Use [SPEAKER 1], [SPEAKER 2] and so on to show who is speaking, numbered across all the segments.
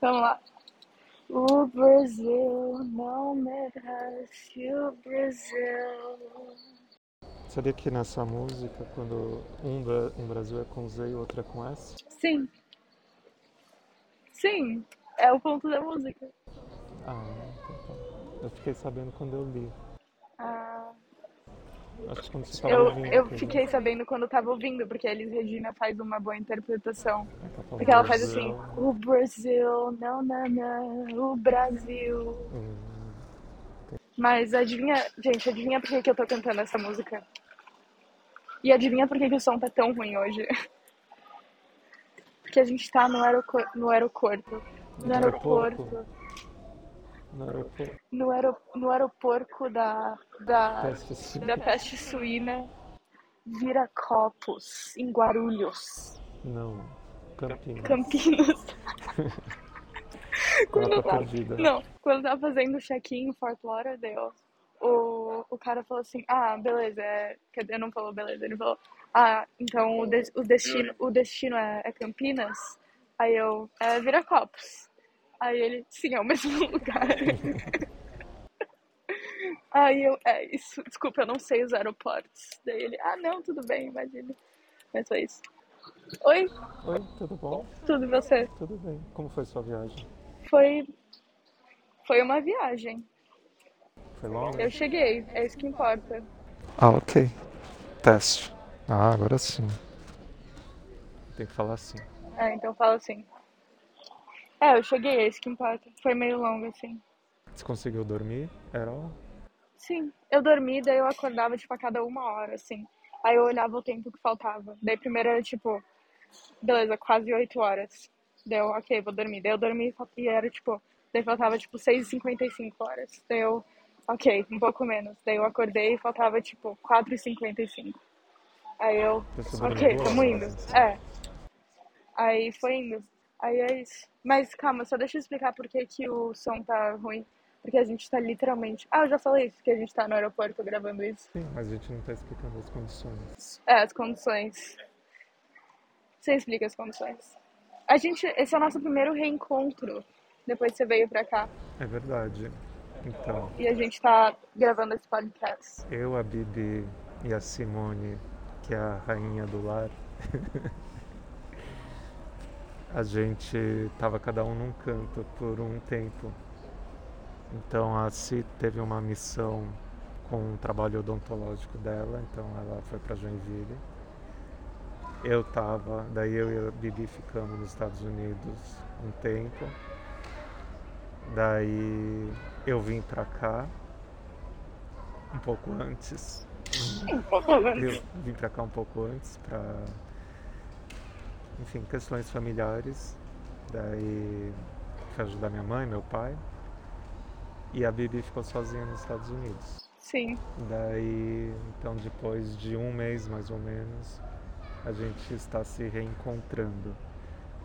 [SPEAKER 1] Vamos lá. O Brasil não merece o Brasil.
[SPEAKER 2] Sabia que nessa música, quando um, Bra- um Brasil é com Z e o outro é com S?
[SPEAKER 1] Sim, sim. É o ponto da música.
[SPEAKER 2] Ah, então tá. Eu fiquei sabendo quando eu li.
[SPEAKER 1] Ah,
[SPEAKER 2] Acho que quando você estava
[SPEAKER 1] eu,
[SPEAKER 2] Tá ouvindo né?
[SPEAKER 1] eu
[SPEAKER 2] que a
[SPEAKER 1] fiquei
[SPEAKER 2] gente.
[SPEAKER 1] sabendo quando eu tava ouvindo, porque a Elis Regina faz uma boa interpretação.
[SPEAKER 2] É que ela fala
[SPEAKER 1] Porque ela faz assim,
[SPEAKER 2] Brasil.
[SPEAKER 1] o Brasil, não, não, não, o Brasil.
[SPEAKER 2] Hum,
[SPEAKER 1] Mas adivinha, gente, adivinha por que, que eu tô cantando essa música? E adivinha por que, que o som tá tão ruim hoje? Porque a gente tá no, aerocor- no aeroporto. No
[SPEAKER 2] no aeroporto?
[SPEAKER 1] aeroporto.
[SPEAKER 2] No aeroporto.
[SPEAKER 1] No, aero, no aeroporto da, da,
[SPEAKER 2] Peste
[SPEAKER 1] da
[SPEAKER 2] suína?
[SPEAKER 1] peste suína vira copos em Guarulhos,
[SPEAKER 2] Não. Campinas.
[SPEAKER 1] Campinas.
[SPEAKER 2] Ela
[SPEAKER 1] Quando
[SPEAKER 2] tá
[SPEAKER 1] eu tava,
[SPEAKER 2] perdida.
[SPEAKER 1] não, quando eu tava fazendo o check-in em Fort Lauderdale, o, o cara falou assim, ah, beleza, é, quer dizer, não falou beleza, ele falou, ah, então o, des- o destino, o destino é, é Campinas? Aí eu, é Viracopos. Aí ele, sim, é o mesmo lugar. Aí eu, é isso, desculpa, eu não sei os aeroportos. Daí ele, ah, não, tudo bem, imagina. Mas foi isso. Oi,
[SPEAKER 2] Oi, tudo bom?
[SPEAKER 1] tudo e você?
[SPEAKER 2] Tudo bem. Como foi sua viagem?
[SPEAKER 1] Foi, foi uma viagem.
[SPEAKER 2] Foi longa?
[SPEAKER 1] Eu cheguei, é isso que importa.
[SPEAKER 2] Ah, ok. Teste. Ah, agora sim. Tem que falar assim.
[SPEAKER 1] Ah, então fala assim. É, eu cheguei, é isso que importa. Foi meio longo, assim.
[SPEAKER 2] Você conseguiu dormir? Era o-
[SPEAKER 1] Sim, eu dormi, daí eu acordava, tipo, a cada uma hora, assim. Aí eu olhava o tempo que faltava. Daí primeiro era, tipo, beleza, quase oito horas. Daí eu, ok, vou dormir. Daí eu dormi e fal- e era, tipo, daí faltava, tipo, 6h55 horas. Daí eu, ok, um pouco menos. Daí eu acordei e faltava, tipo, 4h55. Aí eu,
[SPEAKER 2] Você dormiu
[SPEAKER 1] ok,
[SPEAKER 2] duas
[SPEAKER 1] tamo indo.
[SPEAKER 2] horas, então.
[SPEAKER 1] É, Aí foi indo. Aí é isso. Mas calma, só deixa eu explicar por que, que o som tá ruim. Porque a gente tá literalmente. Ah, eu já falei isso, que a gente tá no aeroporto gravando isso.
[SPEAKER 2] Sim, mas a gente não tá explicando as condições.
[SPEAKER 1] É, as condições. Você explica as condições. A gente. Esse é o nosso primeiro reencontro. Depois que você veio pra cá.
[SPEAKER 2] É verdade. Então,
[SPEAKER 1] E a gente tá gravando esse podcast.
[SPEAKER 2] eu, a Bibi e a Simone, que é a rainha do lar, a gente tava cada um num canto por um tempo. Então, a Si teve uma missão com o trabalho odontológico dela, então ela foi para Joinville. Eu tava, daí eu e a Bibi ficamos nos Estados Unidos um tempo. Daí eu vim pra cá um pouco antes.
[SPEAKER 1] Um pouco antes.
[SPEAKER 2] Eu vim pra cá um pouco antes pra, enfim, questões familiares. Daí fui ajudar minha mãe, meu pai. E a Bibi ficou sozinha nos Estados Unidos.
[SPEAKER 1] Sim.
[SPEAKER 2] Daí, então depois de um mês mais ou menos, a gente está se reencontrando.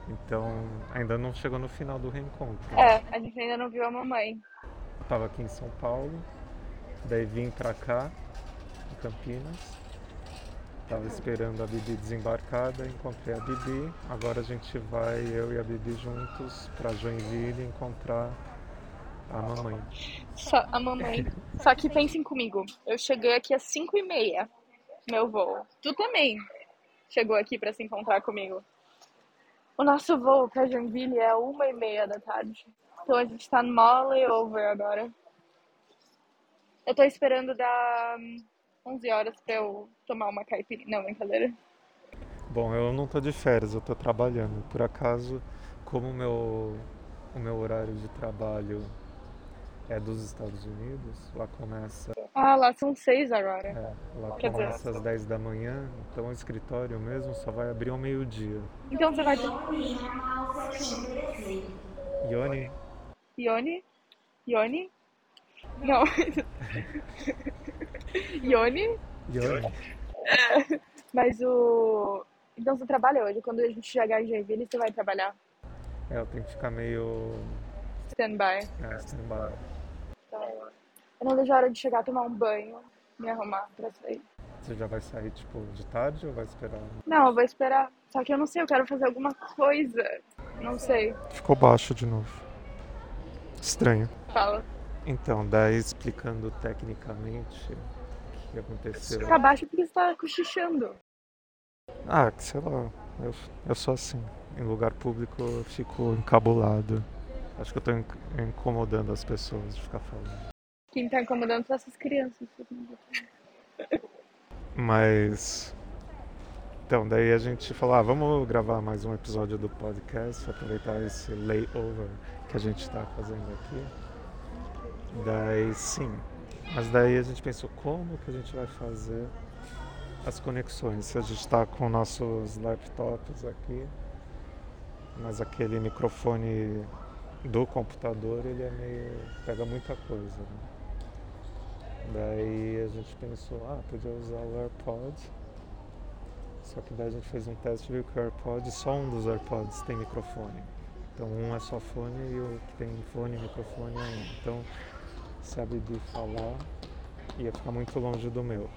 [SPEAKER 2] Então, ainda não chegou no final do reencontro.
[SPEAKER 1] É, a gente ainda não viu a mamãe.
[SPEAKER 2] Eu tava aqui em São Paulo, daí vim pra cá, em Campinas. Tava esperando a Bibi desembarcada, encontrei a Bibi. Agora a gente vai, eu e a Bibi juntos, pra Joinville encontrar a mamãe.
[SPEAKER 1] Só a mamãe. Só que pensem comigo. Eu cheguei aqui às 5h30. meu voo. Tu também chegou aqui pra se encontrar comigo. O nosso voo pra Joinville é uma e meia da tarde. Então a gente tá no maior layover agora. Eu tô esperando dar hum, 11 horas pra eu tomar uma caipirinha. Não, brincadeira.
[SPEAKER 2] Bom, eu não tô de férias, eu tô trabalhando. Por acaso, como o meu, o meu horário de trabalho é dos Estados Unidos, lá começa,
[SPEAKER 1] Ah, lá são seis agora.
[SPEAKER 2] é, lá
[SPEAKER 1] Quer dizer,
[SPEAKER 2] começa às 10 da manhã, então o escritório mesmo só vai abrir ao meio-dia.
[SPEAKER 1] então você vai ter.
[SPEAKER 2] Ione,
[SPEAKER 1] Ione? Ione? Não. Ione?
[SPEAKER 2] Ione,
[SPEAKER 1] Mas o. Então você trabalha hoje. Quando a gente chegar em Joinville, você vai trabalhar.
[SPEAKER 2] é, eu tenho que ficar meio
[SPEAKER 1] Stand-by.
[SPEAKER 2] é, stand-by.
[SPEAKER 1] Então, eu não vejo a hora de chegar, tomar um banho, me arrumar pra sair.
[SPEAKER 2] Você já vai sair tipo de tarde ou vai esperar?
[SPEAKER 1] Não, eu vou esperar. Só que eu não sei, eu quero fazer alguma coisa. Não sei.
[SPEAKER 2] Ficou baixo de novo. Estranho.
[SPEAKER 1] Fala.
[SPEAKER 2] Então, daí explicando tecnicamente o que aconteceu.
[SPEAKER 1] Tá baixo porque você tá cochichando.
[SPEAKER 2] Ah, que sei lá. Eu, eu sou assim. Em lugar público eu fico encabulado. Acho que eu tô inc- incomodando as pessoas de ficar falando.
[SPEAKER 1] Quem tá incomodando são essas crianças.
[SPEAKER 2] Mas. Então, daí a gente falou, ah, vamos gravar mais um episódio do podcast, aproveitar esse layover que a gente tá fazendo aqui. Daí sim. Mas daí a gente pensou como que a gente vai fazer as conexões. Se a gente tá com nossos laptops aqui, mas aquele microfone do computador ele é meio. pega muita coisa. né? Daí a gente pensou, ah, podia usar o AirPod. Só que daí a gente fez um teste e viu que o AirPod, só um dos AirPods tem microfone. Então um é só fone e o que tem fone e microfone é um. Então se a Bibi falar, ia ficar muito longe do meu.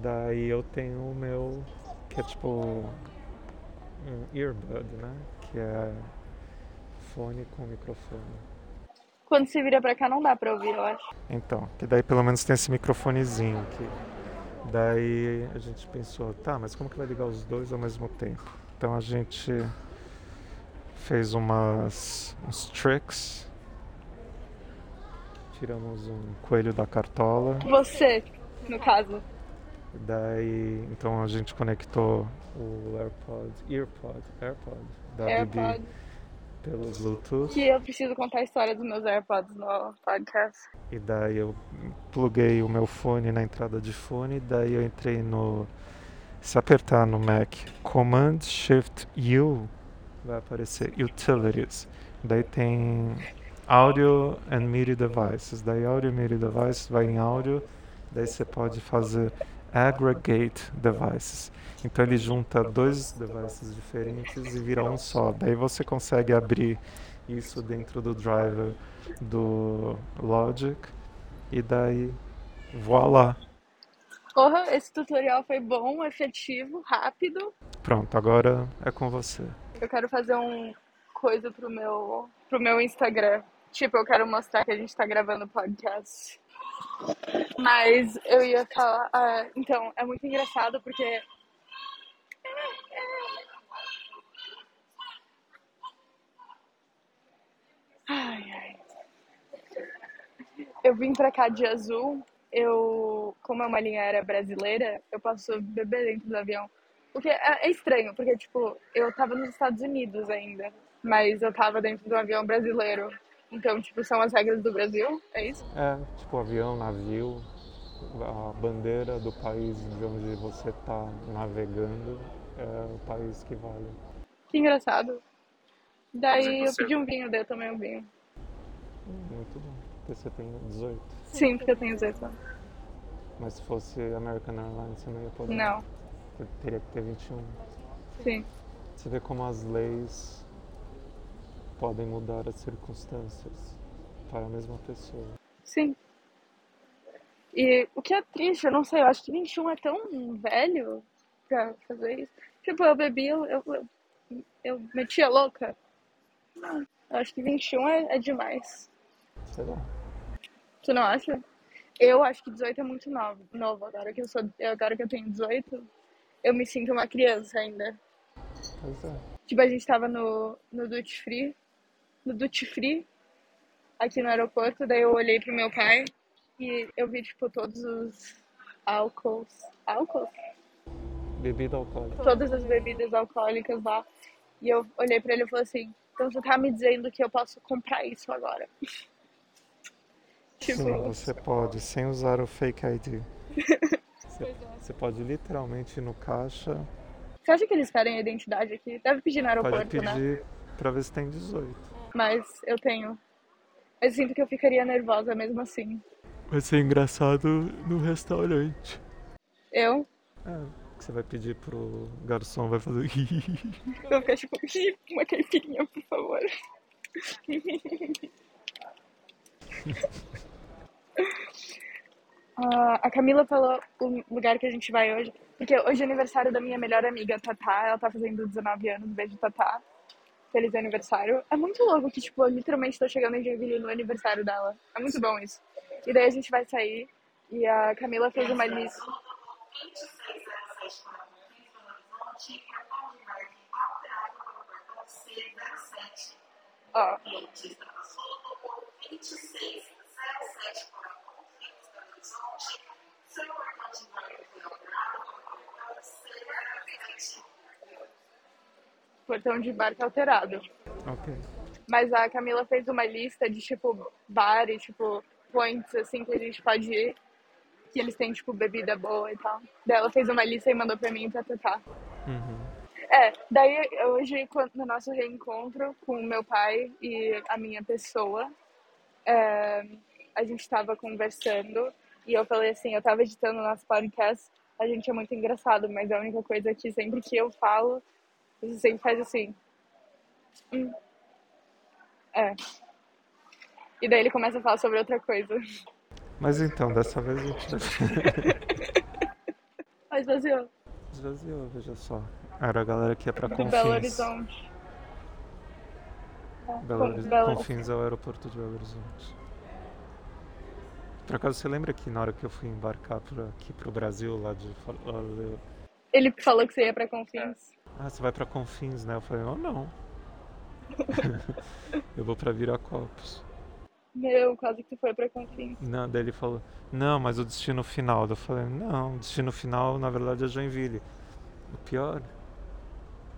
[SPEAKER 2] Daí eu tenho o meu, que é tipo um earbud, né? Que é fone com microfone.
[SPEAKER 1] Quando você vira pra cá não dá pra ouvir, eu acho.
[SPEAKER 2] Então, que daí pelo menos tem esse microfonezinho aqui. Daí a gente pensou, tá, mas como que vai ligar os dois ao mesmo tempo? Então a gente fez umas uns tricks. Tiramos um coelho da cartola.
[SPEAKER 1] Você, no caso.
[SPEAKER 2] Daí, então a gente conectou o AirPod, EarPod, AirPod da Bibi
[SPEAKER 1] AirPod.
[SPEAKER 2] pelo Bluetooth.
[SPEAKER 1] Que eu preciso contar a história dos meus AirPods no podcast.
[SPEAKER 2] E daí eu pluguei o meu fone na entrada de fone, daí eu entrei no. Se apertar no Mac Command Shift U, vai aparecer Utilities. Daí tem Audio and MIDI Devices. Daí Audio and MIDI Devices vai em áudio, daí você pode fazer Aggregate Devices. Então ele junta dois devices diferentes e vira um só. Daí você consegue abrir isso dentro do driver do Logic e daí voilá.
[SPEAKER 1] Porra, esse tutorial foi bom, efetivo, rápido.
[SPEAKER 2] Pronto, agora é com você.
[SPEAKER 1] Eu quero fazer um coisa pro meu, pro meu Instagram. Tipo, eu quero mostrar que a gente tá gravando podcast. Mas eu ia falar. ah, então, é muito engraçado porque. Ai, ai. Eu vim pra cá de azul. Eu, como é uma linha aérea brasileira, eu posso beber dentro do avião. Porque é, é estranho, porque, tipo, eu tava nos Estados Unidos ainda, mas eu tava dentro de um avião brasileiro. Então, tipo, são as regras do Brasil, é isso?
[SPEAKER 2] É, tipo avião, navio, a bandeira do país de onde você tá navegando é o país que vale.
[SPEAKER 1] Que engraçado.
[SPEAKER 2] Mas e
[SPEAKER 1] Daí eu
[SPEAKER 2] você?
[SPEAKER 1] pedi um vinho, daí eu tomei um vinho.
[SPEAKER 2] Muito bom, porque você tem 18.
[SPEAKER 1] Sim, porque eu tenho tá? 18 anos.
[SPEAKER 2] Mas se fosse American Airlines você não ia poder.
[SPEAKER 1] Não,
[SPEAKER 2] Você teria que ter 21.
[SPEAKER 1] sim.
[SPEAKER 2] Você vê como as leis podem mudar as circunstâncias para a mesma pessoa.
[SPEAKER 1] Sim. E o que é triste, eu não sei, eu acho que 21 é tão velho pra fazer isso. Tipo, eu bebi, eu, eu, eu, eu meti a louca. Não, eu acho que 21 é, é demais.
[SPEAKER 2] Sei lá.
[SPEAKER 1] Tu não acha? Eu acho que 18 é muito novo. novo. Agora que eu sou, agora que eu tenho 18, eu me sinto uma criança ainda.
[SPEAKER 2] Pois é.
[SPEAKER 1] Tipo, a gente tava no, no Duty Free, no Duty Free, aqui no aeroporto, daí eu olhei pro meu pai e eu vi, tipo, todos os álcools. Álcools?
[SPEAKER 2] Bebida alcoólica.
[SPEAKER 1] Todas as bebidas alcoólicas lá. E eu olhei pra ele e falei assim, então você tá me dizendo que eu posso comprar isso agora. tipo,
[SPEAKER 2] Sim, você pode, sem usar o fake ID. Você,
[SPEAKER 1] é.
[SPEAKER 2] você pode literalmente ir no caixa,
[SPEAKER 1] você acha que eles pedem a identidade aqui? Deve pedir no
[SPEAKER 2] pode
[SPEAKER 1] aeroporto, né?
[SPEAKER 2] pedir pra ver se tem 18.
[SPEAKER 1] Mas eu tenho. Eu sinto que eu ficaria nervosa mesmo assim.
[SPEAKER 2] Vai ser engraçado no restaurante.
[SPEAKER 1] Eu
[SPEAKER 2] É, que você vai pedir pro garçom, vai fazer.
[SPEAKER 1] Eu ficar tipo, "Ih, uma caipirinha, por favor. Ah, a Camila falou o lugar que a gente vai hoje, porque hoje é aniversário da minha melhor amiga, Tatá. Ela tá fazendo 19 anos, beijo, Tatá. feliz aniversário. É muito louco que, tipo, eu literalmente tô chegando em Joinville no aniversário dela. É muito bom isso. E daí a gente vai sair e a Camila fez uma lista. Ó, portão de bar tá alterado.
[SPEAKER 2] Ok.
[SPEAKER 1] Mas a Camila fez uma lista de, tipo, bares, tipo, points, assim, que a gente pode ir. Que eles têm, tipo, bebida boa e tal. Daí ela fez uma lista e mandou pra mim e pra Tatá.
[SPEAKER 2] Uhum.
[SPEAKER 1] É, daí hoje, quando- no nosso reencontro com meu pai e a minha pessoa, é, a gente tava conversando e eu falei assim, eu tava editando o nosso podcast, a gente é muito engraçado, mas é a única coisa que sempre que eu falo, você sempre faz assim. "Hum." É. E daí ele começa a falar sobre outra coisa.
[SPEAKER 2] Mas então, dessa vez a gente
[SPEAKER 1] Mas assim, ó,
[SPEAKER 2] esvaziou, veja só. Era a galera que ia pra
[SPEAKER 1] do Belo
[SPEAKER 2] Confins.
[SPEAKER 1] Horizonte. É,
[SPEAKER 2] Belo
[SPEAKER 1] com-
[SPEAKER 2] Horiz-
[SPEAKER 1] Belo-
[SPEAKER 2] Confins é o aeroporto de Belo Horizonte. Por acaso você lembra que na hora que eu fui embarcar pra, aqui pro Brasil, lá de. fora- lá de-
[SPEAKER 1] Ele falou que você ia pra Confins.
[SPEAKER 2] Ah, você vai pra Confins, né? Eu falei, oh não. eu vou pra Viracopos.
[SPEAKER 1] Meu, quase que tu foi pra Confins.
[SPEAKER 2] Não, daí ele falou, não, mas o destino final. Daí Eu falei, não, o destino final na verdade é Joinville. O pior,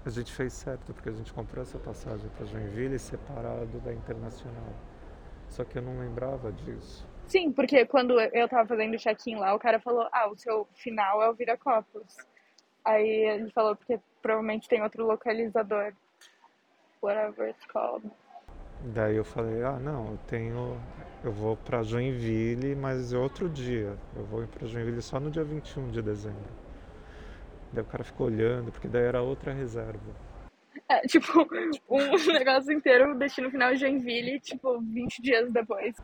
[SPEAKER 2] a gente fez certo, porque a gente comprou essa passagem para Joinville separado da Internacional. Só que eu não lembrava disso.
[SPEAKER 1] Sim, porque quando eu tava fazendo o check-in lá, o cara falou: Ah, o seu final é o Viracopos. Aí ele falou: Porque provavelmente tem outro localizador. Whatever it's called.
[SPEAKER 2] Daí eu falei, ah, não, eu tenho. Eu vou para Joinville, mas é outro dia. Eu vou para Joinville só no dia 21 de dezembro. Daí o cara ficou olhando, porque daí era outra reserva.
[SPEAKER 1] É, tipo, um negócio inteiro, o destino final é Joinville, tipo, 20 dias depois.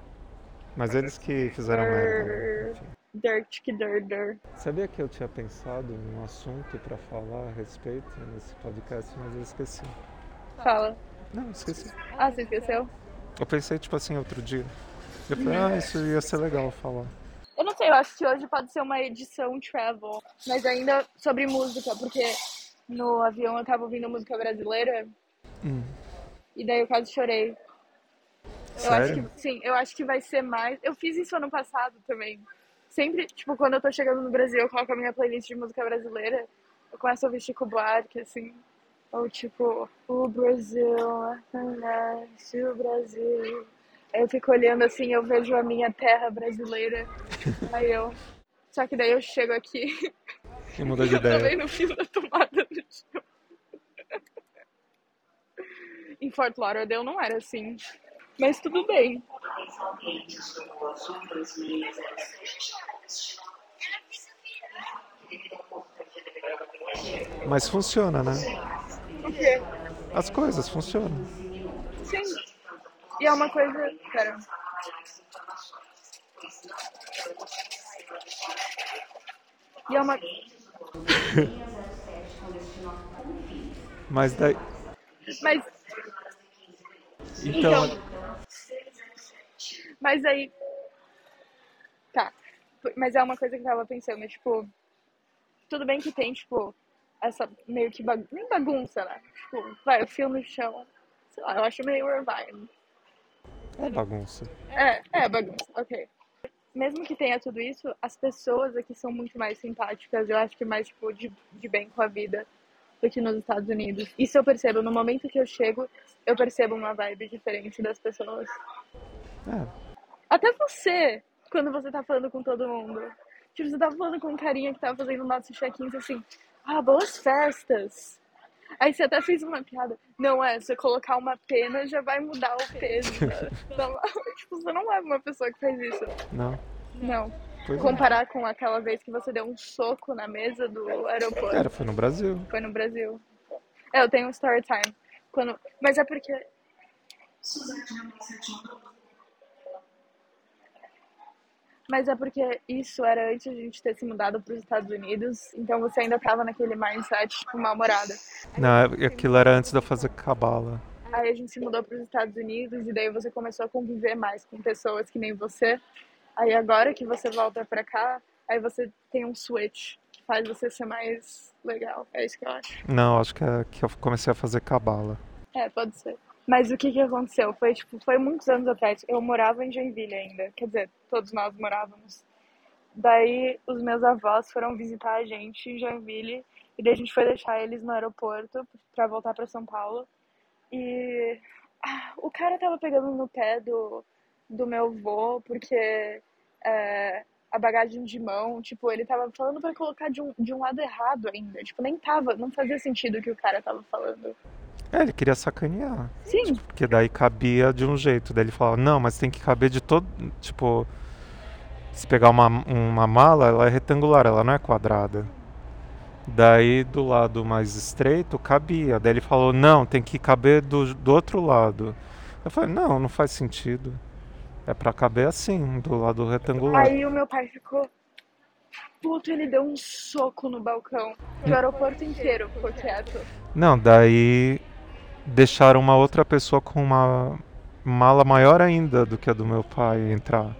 [SPEAKER 2] Mas eles que fizeram merda. né? Enfim.
[SPEAKER 1] Dirt, que dirt, dirt.
[SPEAKER 2] Sabia que eu tinha pensado num assunto para falar a respeito nesse podcast, mas eu esqueci.
[SPEAKER 1] Fala.
[SPEAKER 2] Não, esqueci.
[SPEAKER 1] Ah, você esqueceu?
[SPEAKER 2] Eu pensei, tipo assim, outro dia. Eu falei, ah, isso ia ser legal falar.
[SPEAKER 1] Eu não sei, eu acho que hoje pode ser uma edição travel, mas ainda sobre música, porque no avião eu tava ouvindo música brasileira
[SPEAKER 2] Hum.
[SPEAKER 1] e daí eu quase chorei. Eu acho
[SPEAKER 2] Sério?
[SPEAKER 1] que, sim, eu acho que vai ser mais. Eu fiz isso ano passado também. Sempre, tipo, quando eu tô chegando no Brasil, eu coloco a minha playlist de música brasileira. Eu começo a ouvir Chico Buarque, assim. Ou tipo, o Brasil, nasce o Brasil. Aí eu fico olhando assim, eu vejo a minha terra brasileira. Aí eu. Só que daí eu chego aqui
[SPEAKER 2] E muda de
[SPEAKER 1] eu também
[SPEAKER 2] ideia.
[SPEAKER 1] no fim da tomada do chão. Em Fort Lauderdale não era assim. Mas tudo bem.
[SPEAKER 2] Mas funciona, né? As coisas funcionam.
[SPEAKER 1] Sim. E é uma coisa. Pera. E é uma.
[SPEAKER 2] Mas daí.
[SPEAKER 1] Mas,
[SPEAKER 2] Então.
[SPEAKER 1] mas aí. Tá. Mas é uma coisa que eu tava pensando, tipo. Tudo bem que tem, tipo, essa meio que bagunça. Nem bagunça, né? Tipo, vai, o filme no chão. Sei lá, eu acho meio Irvine.
[SPEAKER 2] É bagunça.
[SPEAKER 1] É, é bagunça, ok. Mesmo que tenha tudo isso, as pessoas aqui são muito mais simpáticas, eu acho que mais, tipo, de, de bem com a vida do que nos Estados Unidos. Isso eu percebo, no momento que eu chego, eu percebo uma vibe diferente das pessoas.
[SPEAKER 2] É.
[SPEAKER 1] Até você, quando você tá falando com todo mundo. Tipo, você tá falando com um carinha que tava fazendo o nosso check-in, você assim, ah, boas festas. Aí você até fez uma piada. Não é, se eu colocar uma pena já vai mudar o peso. da- da- tipo, você não é uma pessoa que faz isso.
[SPEAKER 2] Não.
[SPEAKER 1] Não.
[SPEAKER 2] Pois é.
[SPEAKER 1] Comparar com aquela vez que você deu um soco na mesa do aeroporto.
[SPEAKER 2] Cara, foi no Brasil.
[SPEAKER 1] Foi no Brasil. É, eu tenho um story time. Quando... Mas é porque. Mas é porque isso era antes de a gente ter se mudado para os Estados Unidos, então você ainda tava naquele mindset, tipo, mal-humorada.
[SPEAKER 2] é, Não, aquilo era antes de eu fazer cabala.
[SPEAKER 1] Aí a gente se mudou para os Estados Unidos e daí você começou a conviver mais com pessoas que nem você. Aí agora que você volta para cá, aí você tem um switch que faz você ser mais legal. É isso que eu acho.
[SPEAKER 2] Não, acho que é que eu comecei a fazer cabala.
[SPEAKER 1] É, pode ser. Mas o que que aconteceu? Foi tipo, foi muitos anos atrás. Eu morava em Joinville ainda. Quer dizer, todos nós morávamos. Daí os meus avós foram visitar a gente em Joinville e daí a gente foi deixar eles no aeroporto para voltar para São Paulo. E ah, o cara tava pegando no pé do, do meu vô, porque é, a bagagem de mão, tipo, ele tava falando pra colocar de um, de um lado errado ainda. Tipo, nem tava, não fazia sentido o que o cara tava falando.
[SPEAKER 2] É, ele queria sacanear.
[SPEAKER 1] Sim,
[SPEAKER 2] Tipo, Porque daí cabia de um jeito. Daí ele falava, não, mas tem que caber de todo. Tipo, se pegar uma, uma mala, ela é retangular, ela não é quadrada. Daí do lado mais estreito cabia. Daí ele falou, não, tem que caber do, do outro lado. Eu falei, não, não faz sentido. É pra caber assim, do lado retangular.
[SPEAKER 1] Aí o meu pai ficou puto, ele deu um soco no balcão. E o aeroporto inteiro ficou quieto.
[SPEAKER 2] Não, daí deixaram uma outra pessoa com uma mala maior ainda do que a do meu pai entrar.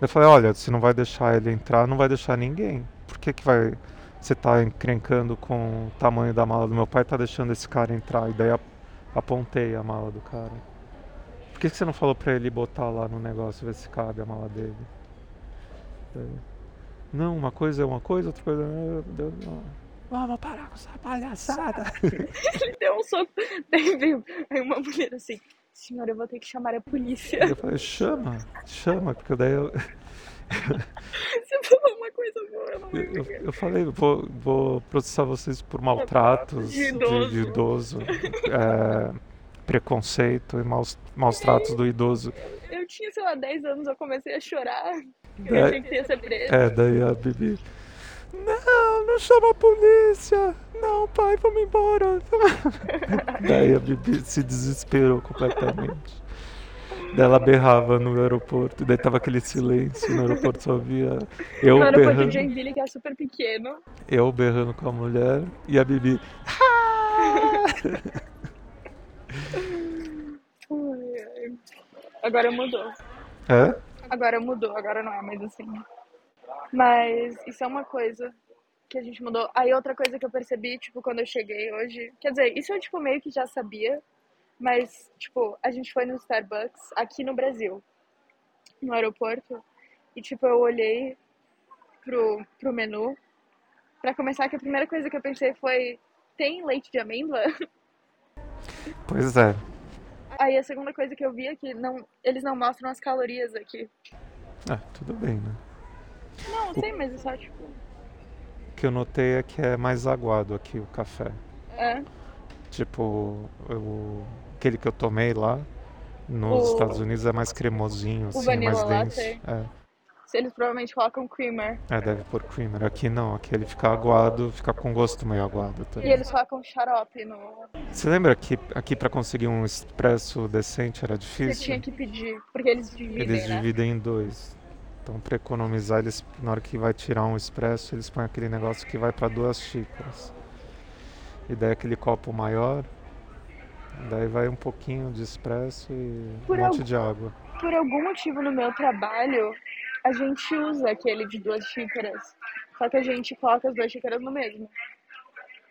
[SPEAKER 2] Eu falei, olha, se não vai deixar ele entrar, não vai deixar ninguém. Por que que vai... Você tá encrencando com o tamanho da mala do meu pai, tá deixando esse cara entrar. E daí ap- apontei a mala do cara. Por que que você não falou pra ele botar lá no negócio, ver se cabe a mala dele? Daí, não, uma coisa é uma coisa, outra coisa é... Vamos parar com essa palhaçada.
[SPEAKER 1] Ele deu um soco. Daí veio aí uma mulher assim, senhora, eu vou ter que chamar a polícia.
[SPEAKER 2] Eu falei, chama, chama, porque daí eu,
[SPEAKER 1] Você falou uma coisa boa, eu não lembro.
[SPEAKER 2] eu, eu falei, vou, vou processar vocês por maltratos
[SPEAKER 1] De
[SPEAKER 2] de, de idoso, é, preconceito e maus, maus tratos do idoso.
[SPEAKER 1] Eu tinha, sei lá, 10 anos, eu comecei a chorar. Eu achei
[SPEAKER 2] Daí,
[SPEAKER 1] que você ia ser preso.
[SPEAKER 2] é, daí a Bibi, não, não chama a polícia, não, pai, vamos embora. daí a Bibi se desesperou completamente. Daí ela berrava no aeroporto, daí tava aquele silêncio no aeroporto, só via eu
[SPEAKER 1] no aeroporto
[SPEAKER 2] berrando.
[SPEAKER 1] de Joinville, que é super pequeno.
[SPEAKER 2] Eu berrando com a mulher e a Bibi.
[SPEAKER 1] Ai, ai. Agora mudou.
[SPEAKER 2] É?
[SPEAKER 1] Agora mudou, agora não é mais assim. Mas isso é uma coisa que a gente mudou. Aí outra coisa que eu percebi, tipo, quando eu cheguei hoje. Quer dizer, isso eu, tipo, meio que já sabia. Mas, tipo, a gente foi no Starbucks aqui no Brasil, no aeroporto. E, tipo, eu olhei pro, pro menu. Pra começar, que a primeira coisa que eu pensei foi: tem leite de amêndoa?
[SPEAKER 2] Pois é.
[SPEAKER 1] Aí a segunda coisa que eu vi é que não, eles não mostram as calorias aqui.
[SPEAKER 2] Ah, tudo bem, né?
[SPEAKER 1] Não, eu sei, mas é só, tipo.
[SPEAKER 2] O que eu notei é que é mais aguado aqui o café.
[SPEAKER 1] É.
[SPEAKER 2] Tipo, eu- aquele que eu tomei lá nos
[SPEAKER 1] O-
[SPEAKER 2] Estados Unidos é mais cremosinho, assim, é mais
[SPEAKER 1] vanilla
[SPEAKER 2] denso.
[SPEAKER 1] latte.
[SPEAKER 2] É,
[SPEAKER 1] Se Eles provavelmente colocam creamer.
[SPEAKER 2] é, deve pôr creamer. Aqui não, aqui ele fica aguado, fica com gosto meio aguado
[SPEAKER 1] E
[SPEAKER 2] também.
[SPEAKER 1] eles colocam xarope no.
[SPEAKER 2] Você lembra que aqui pra conseguir um expresso decente era
[SPEAKER 1] Você
[SPEAKER 2] difícil?
[SPEAKER 1] tinha que pedir, porque eles dividem,
[SPEAKER 2] Eles
[SPEAKER 1] né?
[SPEAKER 2] dividem em dois. Então, para economizar, eles, na hora que vai tirar um expresso, eles põem aquele negócio que vai para duas xícaras. E daí aquele copo maior, daí vai um pouquinho de expresso e
[SPEAKER 1] Por
[SPEAKER 2] um monte
[SPEAKER 1] algum-
[SPEAKER 2] de água.
[SPEAKER 1] Por algum motivo no meu trabalho, a gente usa aquele de duas xícaras. Só que a gente coloca as duas xícaras no mesmo.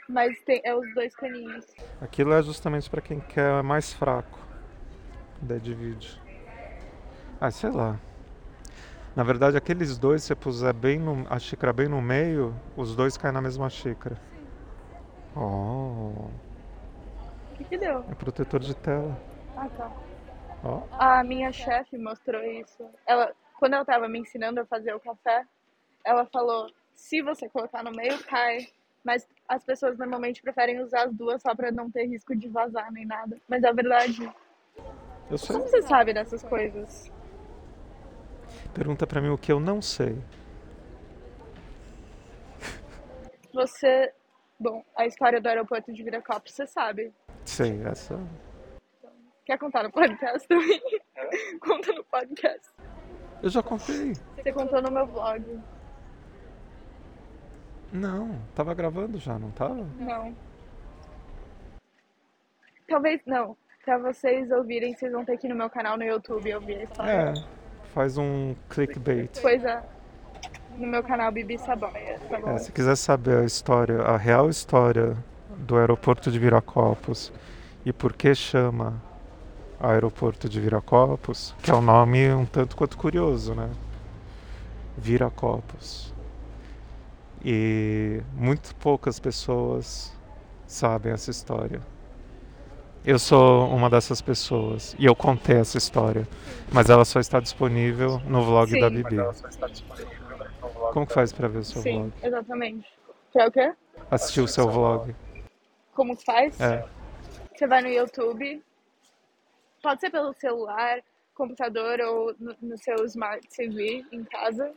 [SPEAKER 1] Mas tem é os dois caninhos.
[SPEAKER 2] Aquilo é justamente para quem quer é mais fraco. Daí divide. Ah, sei lá. Na verdade, aqueles dois, se você puser bem no- a xícara bem no meio, os dois caem na mesma xícara. Oh,
[SPEAKER 1] O que, que deu?
[SPEAKER 2] é protetor de tela.
[SPEAKER 1] Ah, tá.
[SPEAKER 2] Ó.
[SPEAKER 1] A minha chefe mostrou isso. Ela, quando ela tava me ensinando a fazer o café, ela falou: se você colocar no meio, cai. Mas as pessoas normalmente preferem usar as duas só pra não ter risco de vazar nem nada. Mas é verdade.
[SPEAKER 2] Eu sei.
[SPEAKER 1] Como você sabe dessas coisas?
[SPEAKER 2] Pergunta pra mim o que eu não sei.
[SPEAKER 1] Você. Bom, a história do aeroporto de Viracopos, você sabe.
[SPEAKER 2] Sei, essa.
[SPEAKER 1] Quer contar no podcast também? Conta no podcast.
[SPEAKER 2] Eu já contei.
[SPEAKER 1] Você contou no meu vlog.
[SPEAKER 2] Não, tava gravando já, não tava?
[SPEAKER 1] Não. Talvez não. Pra vocês ouvirem, vocês vão ter que ir no meu canal no YouTube ouvir a história.
[SPEAKER 2] É, faz um clickbait.
[SPEAKER 1] Coisa é. no meu canal Bibi Saboia. Tá bom?
[SPEAKER 2] É, se quiser saber a história, a real história do aeroporto de Viracopos e por que chama aeroporto de Viracopos, que é um nome um tanto quanto curioso, né? Viracopos. E muito poucas pessoas sabem essa história. Eu sou uma dessas pessoas e eu contei essa história, mas ela só está disponível no vlog
[SPEAKER 1] Sim.
[SPEAKER 2] da Bibi. Como que faz pra ver o seu
[SPEAKER 1] Sim,
[SPEAKER 2] vlog?
[SPEAKER 1] exatamente. Quer o quê?
[SPEAKER 2] Assistir o seu vlog?
[SPEAKER 1] Como que faz?
[SPEAKER 2] É.
[SPEAKER 1] Você vai no YouTube, pode ser pelo celular, computador ou no, no seu Smart TV em casa.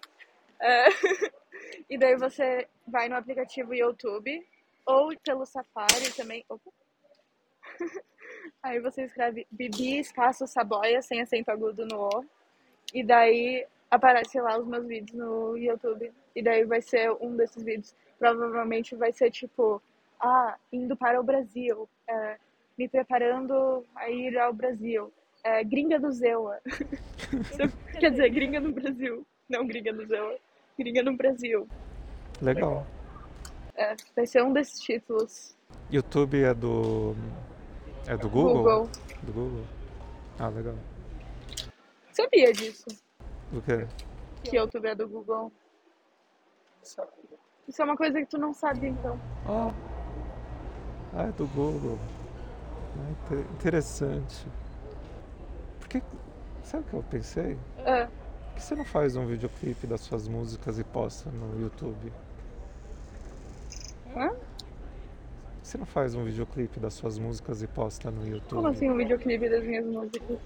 [SPEAKER 1] É. e daí você vai no aplicativo YouTube ou pelo Safari também. Opa. Aí você escreve Bibi espaço Saboia sem acento agudo no O. E daí aparece lá os meus vídeos no YouTube. E daí vai ser um desses vídeos. Provavelmente vai ser tipo, ah, indo para o Brasil. é, me preparando a ir ao Brasil. é, gringa do Zewa. Quer dizer, gringa no Brasil. Não gringa do Zewa. Gringa no Brasil.
[SPEAKER 2] Legal.
[SPEAKER 1] É, vai ser um desses títulos.
[SPEAKER 2] YouTube é do. É do Google? Do Google? Ah, legal.
[SPEAKER 1] Sabia disso?
[SPEAKER 2] Do quê?
[SPEAKER 1] Que YouTube é do Google. Isso é uma coisa que tu não sabe, então.
[SPEAKER 2] Ah, ah, é do Google. Ah, inte- interessante. Por que. Sabe o que eu pensei?
[SPEAKER 1] É,
[SPEAKER 2] Por que você não faz um videoclipe das suas músicas e posta no YouTube?
[SPEAKER 1] Hã?
[SPEAKER 2] Por que Você não faz um videoclipe das suas músicas e posta no YouTube?
[SPEAKER 1] como assim o videoclipe das minhas músicas?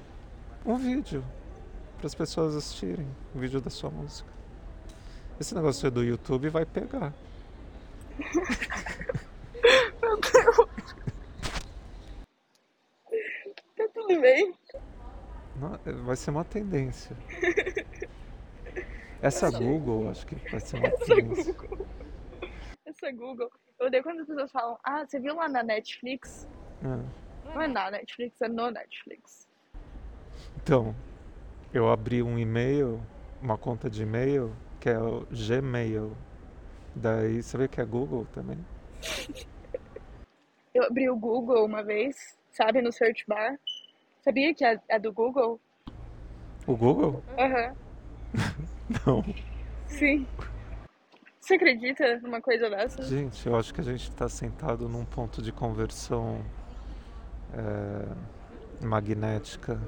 [SPEAKER 2] um vídeo para as pessoas assistirem o vídeo da sua música. Esse negócio do YouTube vai pegar.
[SPEAKER 1] Tá tudo bem?
[SPEAKER 2] Não- é? Vai ser uma tendência. Essa Google, acho que vai ser uma tendência.
[SPEAKER 1] Essa Google. Eu odeio quando as pessoas falam, ah, você viu lá na Netflix?
[SPEAKER 2] É.
[SPEAKER 1] Não é na Netflix, é no Netflix.
[SPEAKER 2] Então, eu abri um e-mail, uma conta de e-mail, que é o Gmail. Daí, você vê que é Google também?
[SPEAKER 1] Eu abri o Google uma vez, sabe, no search bar. Sabia que é, é do Google?
[SPEAKER 2] O Google?
[SPEAKER 1] Aham,
[SPEAKER 2] Não.
[SPEAKER 1] sim. Você acredita numa coisa dessa?
[SPEAKER 2] Gente, eu acho que a gente está sentado num ponto de conversão é, magnética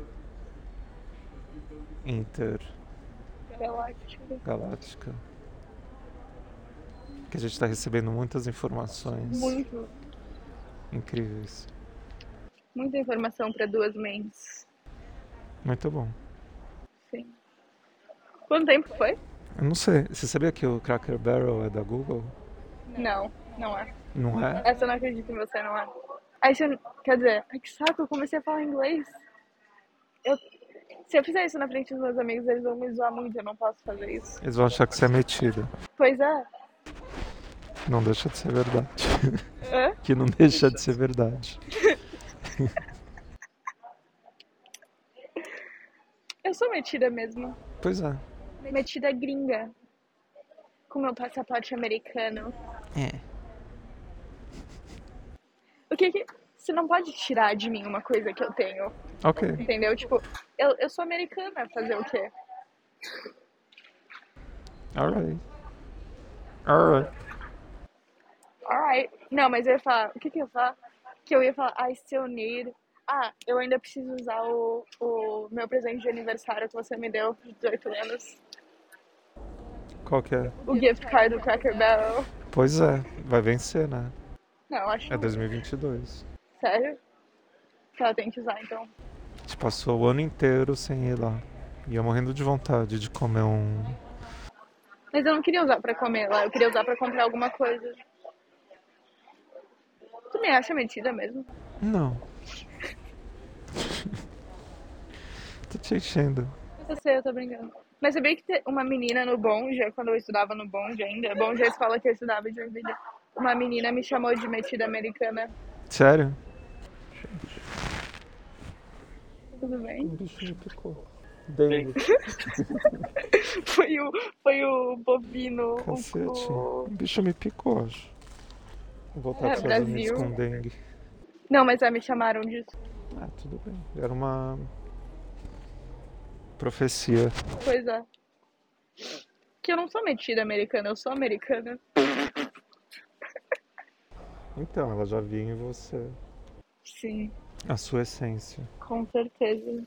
[SPEAKER 2] intergaláctica.
[SPEAKER 1] É Galáctica.
[SPEAKER 2] Que a gente está recebendo muitas informações
[SPEAKER 1] Muito,
[SPEAKER 2] incríveis.
[SPEAKER 1] muita informação para duas mentes.
[SPEAKER 2] Muito bom.
[SPEAKER 1] Sim. Quanto tempo foi?
[SPEAKER 2] Eu não sei, você sabia que o Cracker Barrel é da Google?
[SPEAKER 1] Não, não é.
[SPEAKER 2] Não é?
[SPEAKER 1] Essa eu não acredito em você, não é. Aí você. Quer dizer, ai que saco, eu comecei a falar inglês. Eu, se eu fizer isso na frente dos meus amigos, eles vão me zoar muito, eu não posso fazer isso.
[SPEAKER 2] Eles vão achar que você é metida.
[SPEAKER 1] Pois é.
[SPEAKER 2] Não deixa de ser verdade.
[SPEAKER 1] Hã?
[SPEAKER 2] que não deixa de ser verdade.
[SPEAKER 1] Eu sou metida mesmo.
[SPEAKER 2] Pois é.
[SPEAKER 1] Metida gringa. Com meu passaporte americano.
[SPEAKER 2] É.
[SPEAKER 1] O que que. Você não pode tirar de mim uma coisa que eu tenho,
[SPEAKER 2] Ok.
[SPEAKER 1] entendeu? Tipo, eu, eu sou americana, fazer o quê?
[SPEAKER 2] Alright. Alright.
[SPEAKER 1] Alright. Não, mas eu ia falar. O que que eu ia falar? Que eu ia falar, I still need. Ah, eu ainda preciso usar o, o meu presente de aniversário que você me deu de 18 anos.
[SPEAKER 2] Qual que é?
[SPEAKER 1] O gift card do Cracker Barrel.
[SPEAKER 2] Pois é, vai vencer, né?
[SPEAKER 1] Não, acho
[SPEAKER 2] É 2022.
[SPEAKER 1] que. Sério? Que ela tem que usar, então.
[SPEAKER 2] A gente passou o ano inteiro sem ir lá. E eu morrendo de vontade de comer um.
[SPEAKER 1] Mas eu não queria usar pra comer lá, eu queria usar pra comprar alguma coisa. Tu me acha metida mesmo?
[SPEAKER 2] Não. Tô te enchendo.
[SPEAKER 1] Eu sei, eu tô brincando. Mas sabia que te- uma menina no Bonja, quando eu estudava no Bonja ainda, Bonja é a escola que eu estudava de Joinville, uma menina me chamou de metida americana.
[SPEAKER 2] Sério?
[SPEAKER 1] tudo bem?
[SPEAKER 2] Um bicho me picou. Dengue.
[SPEAKER 1] Foi o, foi o bovino. o-
[SPEAKER 2] Cacete.
[SPEAKER 1] o-
[SPEAKER 2] Um bicho me picou, acho. Vou voltar
[SPEAKER 1] É,
[SPEAKER 2] para os Estados Unidos
[SPEAKER 1] Brasil.
[SPEAKER 2] com dengue.
[SPEAKER 1] Não, mas é, me chamaram disso.
[SPEAKER 2] Ah, tudo bem. Era uma profecia.
[SPEAKER 1] Pois é. Que eu não sou metida americana, eu sou americana.
[SPEAKER 2] Então, ela já via em você
[SPEAKER 1] Sim,
[SPEAKER 2] a sua essência.
[SPEAKER 1] com certeza.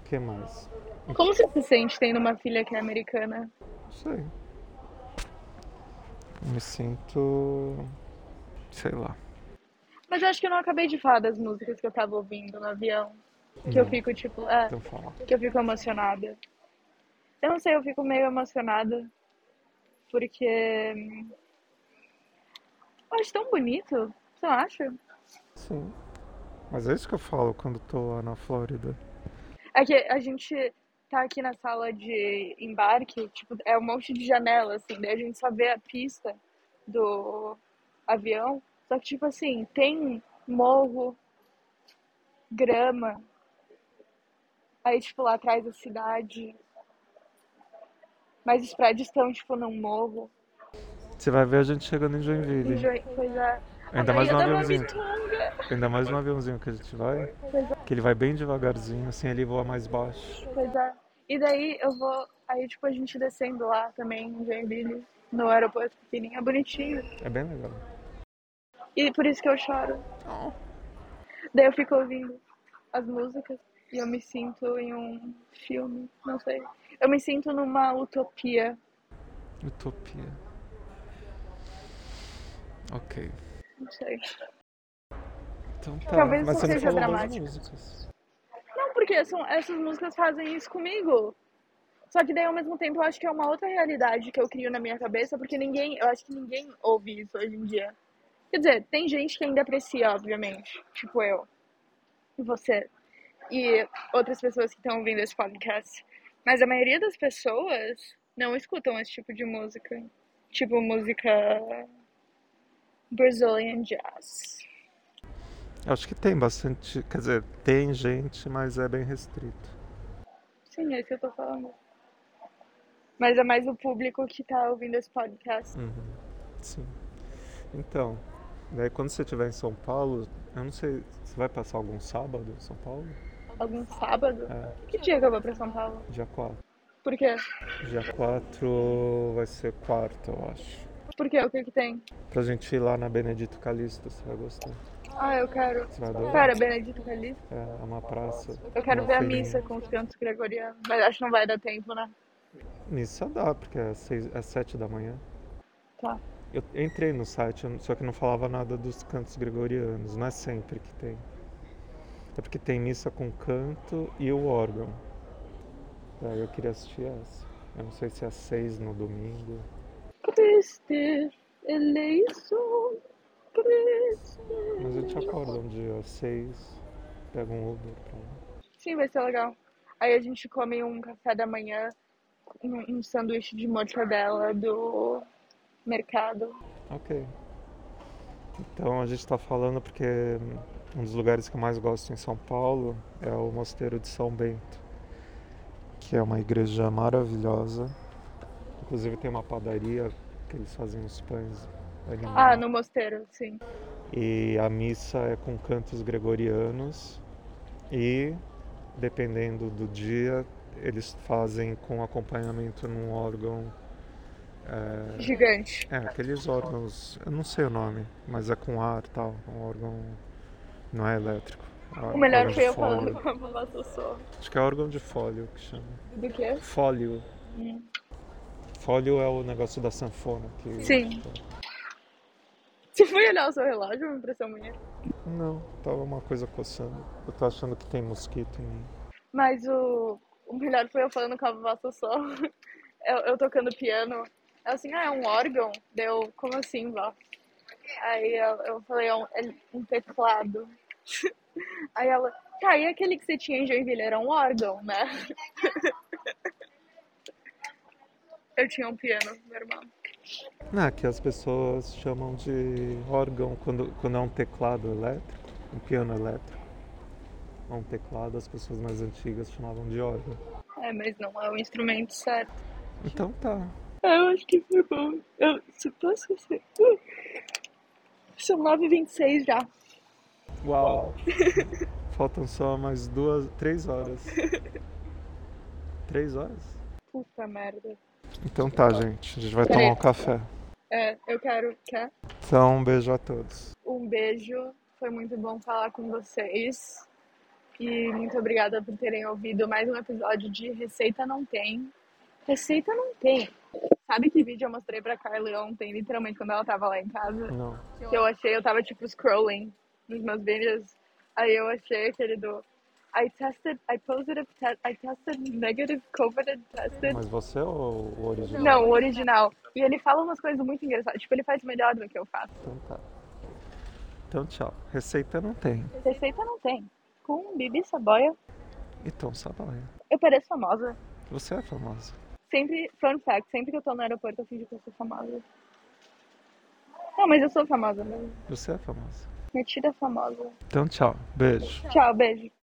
[SPEAKER 2] O que mais?
[SPEAKER 1] Como você se sente tendo uma filha que é americana?
[SPEAKER 2] Não sei. Me sinto. sei lá.
[SPEAKER 1] Mas eu acho que eu não acabei de falar das músicas que eu tava ouvindo no avião. Que eu
[SPEAKER 2] Não.
[SPEAKER 1] fico, tipo, é,
[SPEAKER 2] Então fala.
[SPEAKER 1] que eu fico emocionada. Eu não sei, eu fico meio emocionada. Porque. hum, Eu acho tão bonito, você não acha?
[SPEAKER 2] Sim. Mas é isso que eu falo quando tô lá na Flórida.
[SPEAKER 1] É que a gente tá aqui na sala de embarque, tipo, é um monte de janela, assim, daí a gente só vê a pista do avião. Só que, tipo assim, tem morro, grama, aí, tipo, lá atrás a cidade. Mas os prédios estão, tipo, num morro.
[SPEAKER 2] Você vai ver a gente chegando em
[SPEAKER 1] Em
[SPEAKER 2] Joinville.
[SPEAKER 1] Joi- Pois é.
[SPEAKER 2] Ainda mais
[SPEAKER 1] Ai,
[SPEAKER 2] no
[SPEAKER 1] eu dava uma
[SPEAKER 2] aviãozinho.
[SPEAKER 1] mitunga.
[SPEAKER 2] Ainda mais no aviãozinho que a gente vai. Que ele vai bem devagarzinho, assim ele voa mais baixo.
[SPEAKER 1] Pois é. E daí eu vou. Aí, tipo, a gente descendo lá também, em Joinville, no aeroporto pequenininho, é bonitinho.
[SPEAKER 2] É bem legal.
[SPEAKER 1] E por isso que eu choro. Daí eu fico ouvindo as músicas e eu me sinto em um filme, não sei. Eu me sinto numa utopia.
[SPEAKER 2] Utopia. Ok.
[SPEAKER 1] Não sei.
[SPEAKER 2] Então tá.
[SPEAKER 1] Talvez
[SPEAKER 2] Mas
[SPEAKER 1] não
[SPEAKER 2] você não
[SPEAKER 1] seja
[SPEAKER 2] falou
[SPEAKER 1] dramático.
[SPEAKER 2] das músicas.
[SPEAKER 1] Não, porque são, essas músicas fazem isso comigo. Só que daí ao mesmo tempo eu acho que é uma outra realidade que eu crio na minha cabeça, porque ninguém, eu acho que ninguém ouve isso hoje em dia. Quer dizer, tem gente que ainda aprecia, obviamente, tipo eu e você e outras pessoas que estão ouvindo esse podcast. Mas a maioria das pessoas não escutam esse tipo de música, tipo música Brazilian jazz.
[SPEAKER 2] Acho que tem bastante. Quer dizer, tem gente, mas é bem restrito.
[SPEAKER 1] Sim, é isso que eu tô falando. Mas é mais o público que tá ouvindo esse podcast.
[SPEAKER 2] Uhum, Sim. Então, daí quando você estiver em São Paulo, eu não sei, você vai passar algum sábado em São Paulo?
[SPEAKER 1] Algum sábado?
[SPEAKER 2] É,
[SPEAKER 1] Que dia que eu vou pra São Paulo?
[SPEAKER 2] dia 4.
[SPEAKER 1] Por quê?
[SPEAKER 2] Dia 4 vai ser quarto, eu acho.
[SPEAKER 1] Por quê? O que que tem?
[SPEAKER 2] Pra gente ir lá na Benedito Calixto, você vai gostar.
[SPEAKER 1] Ah, eu quero.
[SPEAKER 2] Você vai adorar.
[SPEAKER 1] Pera, Benedito Calixto.
[SPEAKER 2] É, é uma praça.
[SPEAKER 1] Eu quero
[SPEAKER 2] uma
[SPEAKER 1] ver a
[SPEAKER 2] feirinha.
[SPEAKER 1] missa com os cantos gregorianos. Mas acho que não vai dar tempo, né?
[SPEAKER 2] Missa dá, porque é, seis, é 7 da manhã.
[SPEAKER 1] Tá.
[SPEAKER 2] Eu entrei no site, eu- só que não falava nada dos cantos gregorianos, não é sempre que tem. É porque tem missa com canto e o órgão. Daí eu queria assistir essa. Eu não sei se é às seis no domingo.
[SPEAKER 1] Cristo, eleição. Cristo.
[SPEAKER 2] Mas eu te acordo um dia às seis, pego um Uber pra lá.
[SPEAKER 1] Sim, vai ser legal. Aí a gente come um café da manhã, um, um sanduíche de mortadela do mercado.
[SPEAKER 2] Ok. Então a gente tá falando porque hum, um dos lugares que eu mais gosto em São Paulo é o Mosteiro de São Bento, que é uma igreja maravilhosa. Inclusive tem uma padaria que eles fazem os pães
[SPEAKER 1] Ah,
[SPEAKER 2] animais.
[SPEAKER 1] no mosteiro, sim.
[SPEAKER 2] E a missa é com cantos gregorianos e, dependendo do dia, eles fazem com acompanhamento num órgão. É,
[SPEAKER 1] Gigante.
[SPEAKER 2] é, aqueles órgãos, eu não sei o nome, mas é com ar e tal, um órgão não é elétrico. é
[SPEAKER 1] O melhor
[SPEAKER 2] órgão
[SPEAKER 1] foi
[SPEAKER 2] de
[SPEAKER 1] eu
[SPEAKER 2] fólio.
[SPEAKER 1] falando como ela sussurra.
[SPEAKER 2] Acho que é órgão de fólio que chama.
[SPEAKER 1] Do quê?
[SPEAKER 2] Fólio.
[SPEAKER 1] Hum.
[SPEAKER 2] Fólio é o negócio da sanfona. Que... é.
[SPEAKER 1] Sim. Você foi olhar o seu relógio, uma impressão minha.
[SPEAKER 2] Não, tava uma coisa coçando. Eu tô achando que tem mosquito em mim.
[SPEAKER 1] Mas o, o melhor foi eu falando com a vovó Sossô. Eu, eu tocando piano. Ela assim, ah, é um órgão? Deu, como assim, vó? Aí eu, eu falei, é um, é um teclado. Aí ela, tá, e aquele que você tinha em Joinville era um órgão, né? Eu tinha um piano, meu irmão.
[SPEAKER 2] Ah, que as pessoas chamam de órgão quando, quando é um teclado elétrico, um piano elétrico. a um teclado, as pessoas mais antigas chamavam de órgão.
[SPEAKER 1] É, mas não é o instrumento certo.
[SPEAKER 2] Então tá.
[SPEAKER 1] Ah, Eu acho que foi bom. Eu, se posso ser. Uh, são 9h26 já.
[SPEAKER 2] Uau! Faltam só mais duas, três horas. três horas?
[SPEAKER 1] Puta merda.
[SPEAKER 2] Então tá, gente. A gente vai
[SPEAKER 1] Peraí.
[SPEAKER 2] tomar um café.
[SPEAKER 1] É, eu quero. Quer?
[SPEAKER 2] Então, um beijo a todos.
[SPEAKER 1] Um beijo. Foi muito bom falar com vocês. E muito obrigada por terem ouvido mais um episódio de Receita Não Tem. Receita Não Tem. Sabe que vídeo eu mostrei pra Carla ontem, literalmente, quando ela tava lá em casa?
[SPEAKER 2] Não.
[SPEAKER 1] Que eu achei, eu tava tipo scrolling nos meus vídeos. Aí eu achei aquele do. I tested, I positive, te I tested negative, COVID tested.
[SPEAKER 2] Mas você ou o original?
[SPEAKER 1] Não, o original. E ele fala umas coisas muito engraçadas. Tipo, ele faz melhor do que eu faço.
[SPEAKER 2] Então tá. Então tchau. Receita não tem.
[SPEAKER 1] Receita não tem. Com Bibi Saboia,
[SPEAKER 2] Então, sabaia.
[SPEAKER 1] eu pareço famosa.
[SPEAKER 2] Você é famosa.
[SPEAKER 1] Sempre, fun fact, sempre que eu tô no aeroporto eu fingi que eu sou famosa. Não, mas eu sou famosa mesmo.
[SPEAKER 2] Você é famosa.
[SPEAKER 1] Metida famosa.
[SPEAKER 2] Então tchau. Beijo.
[SPEAKER 1] Tchau, beijo.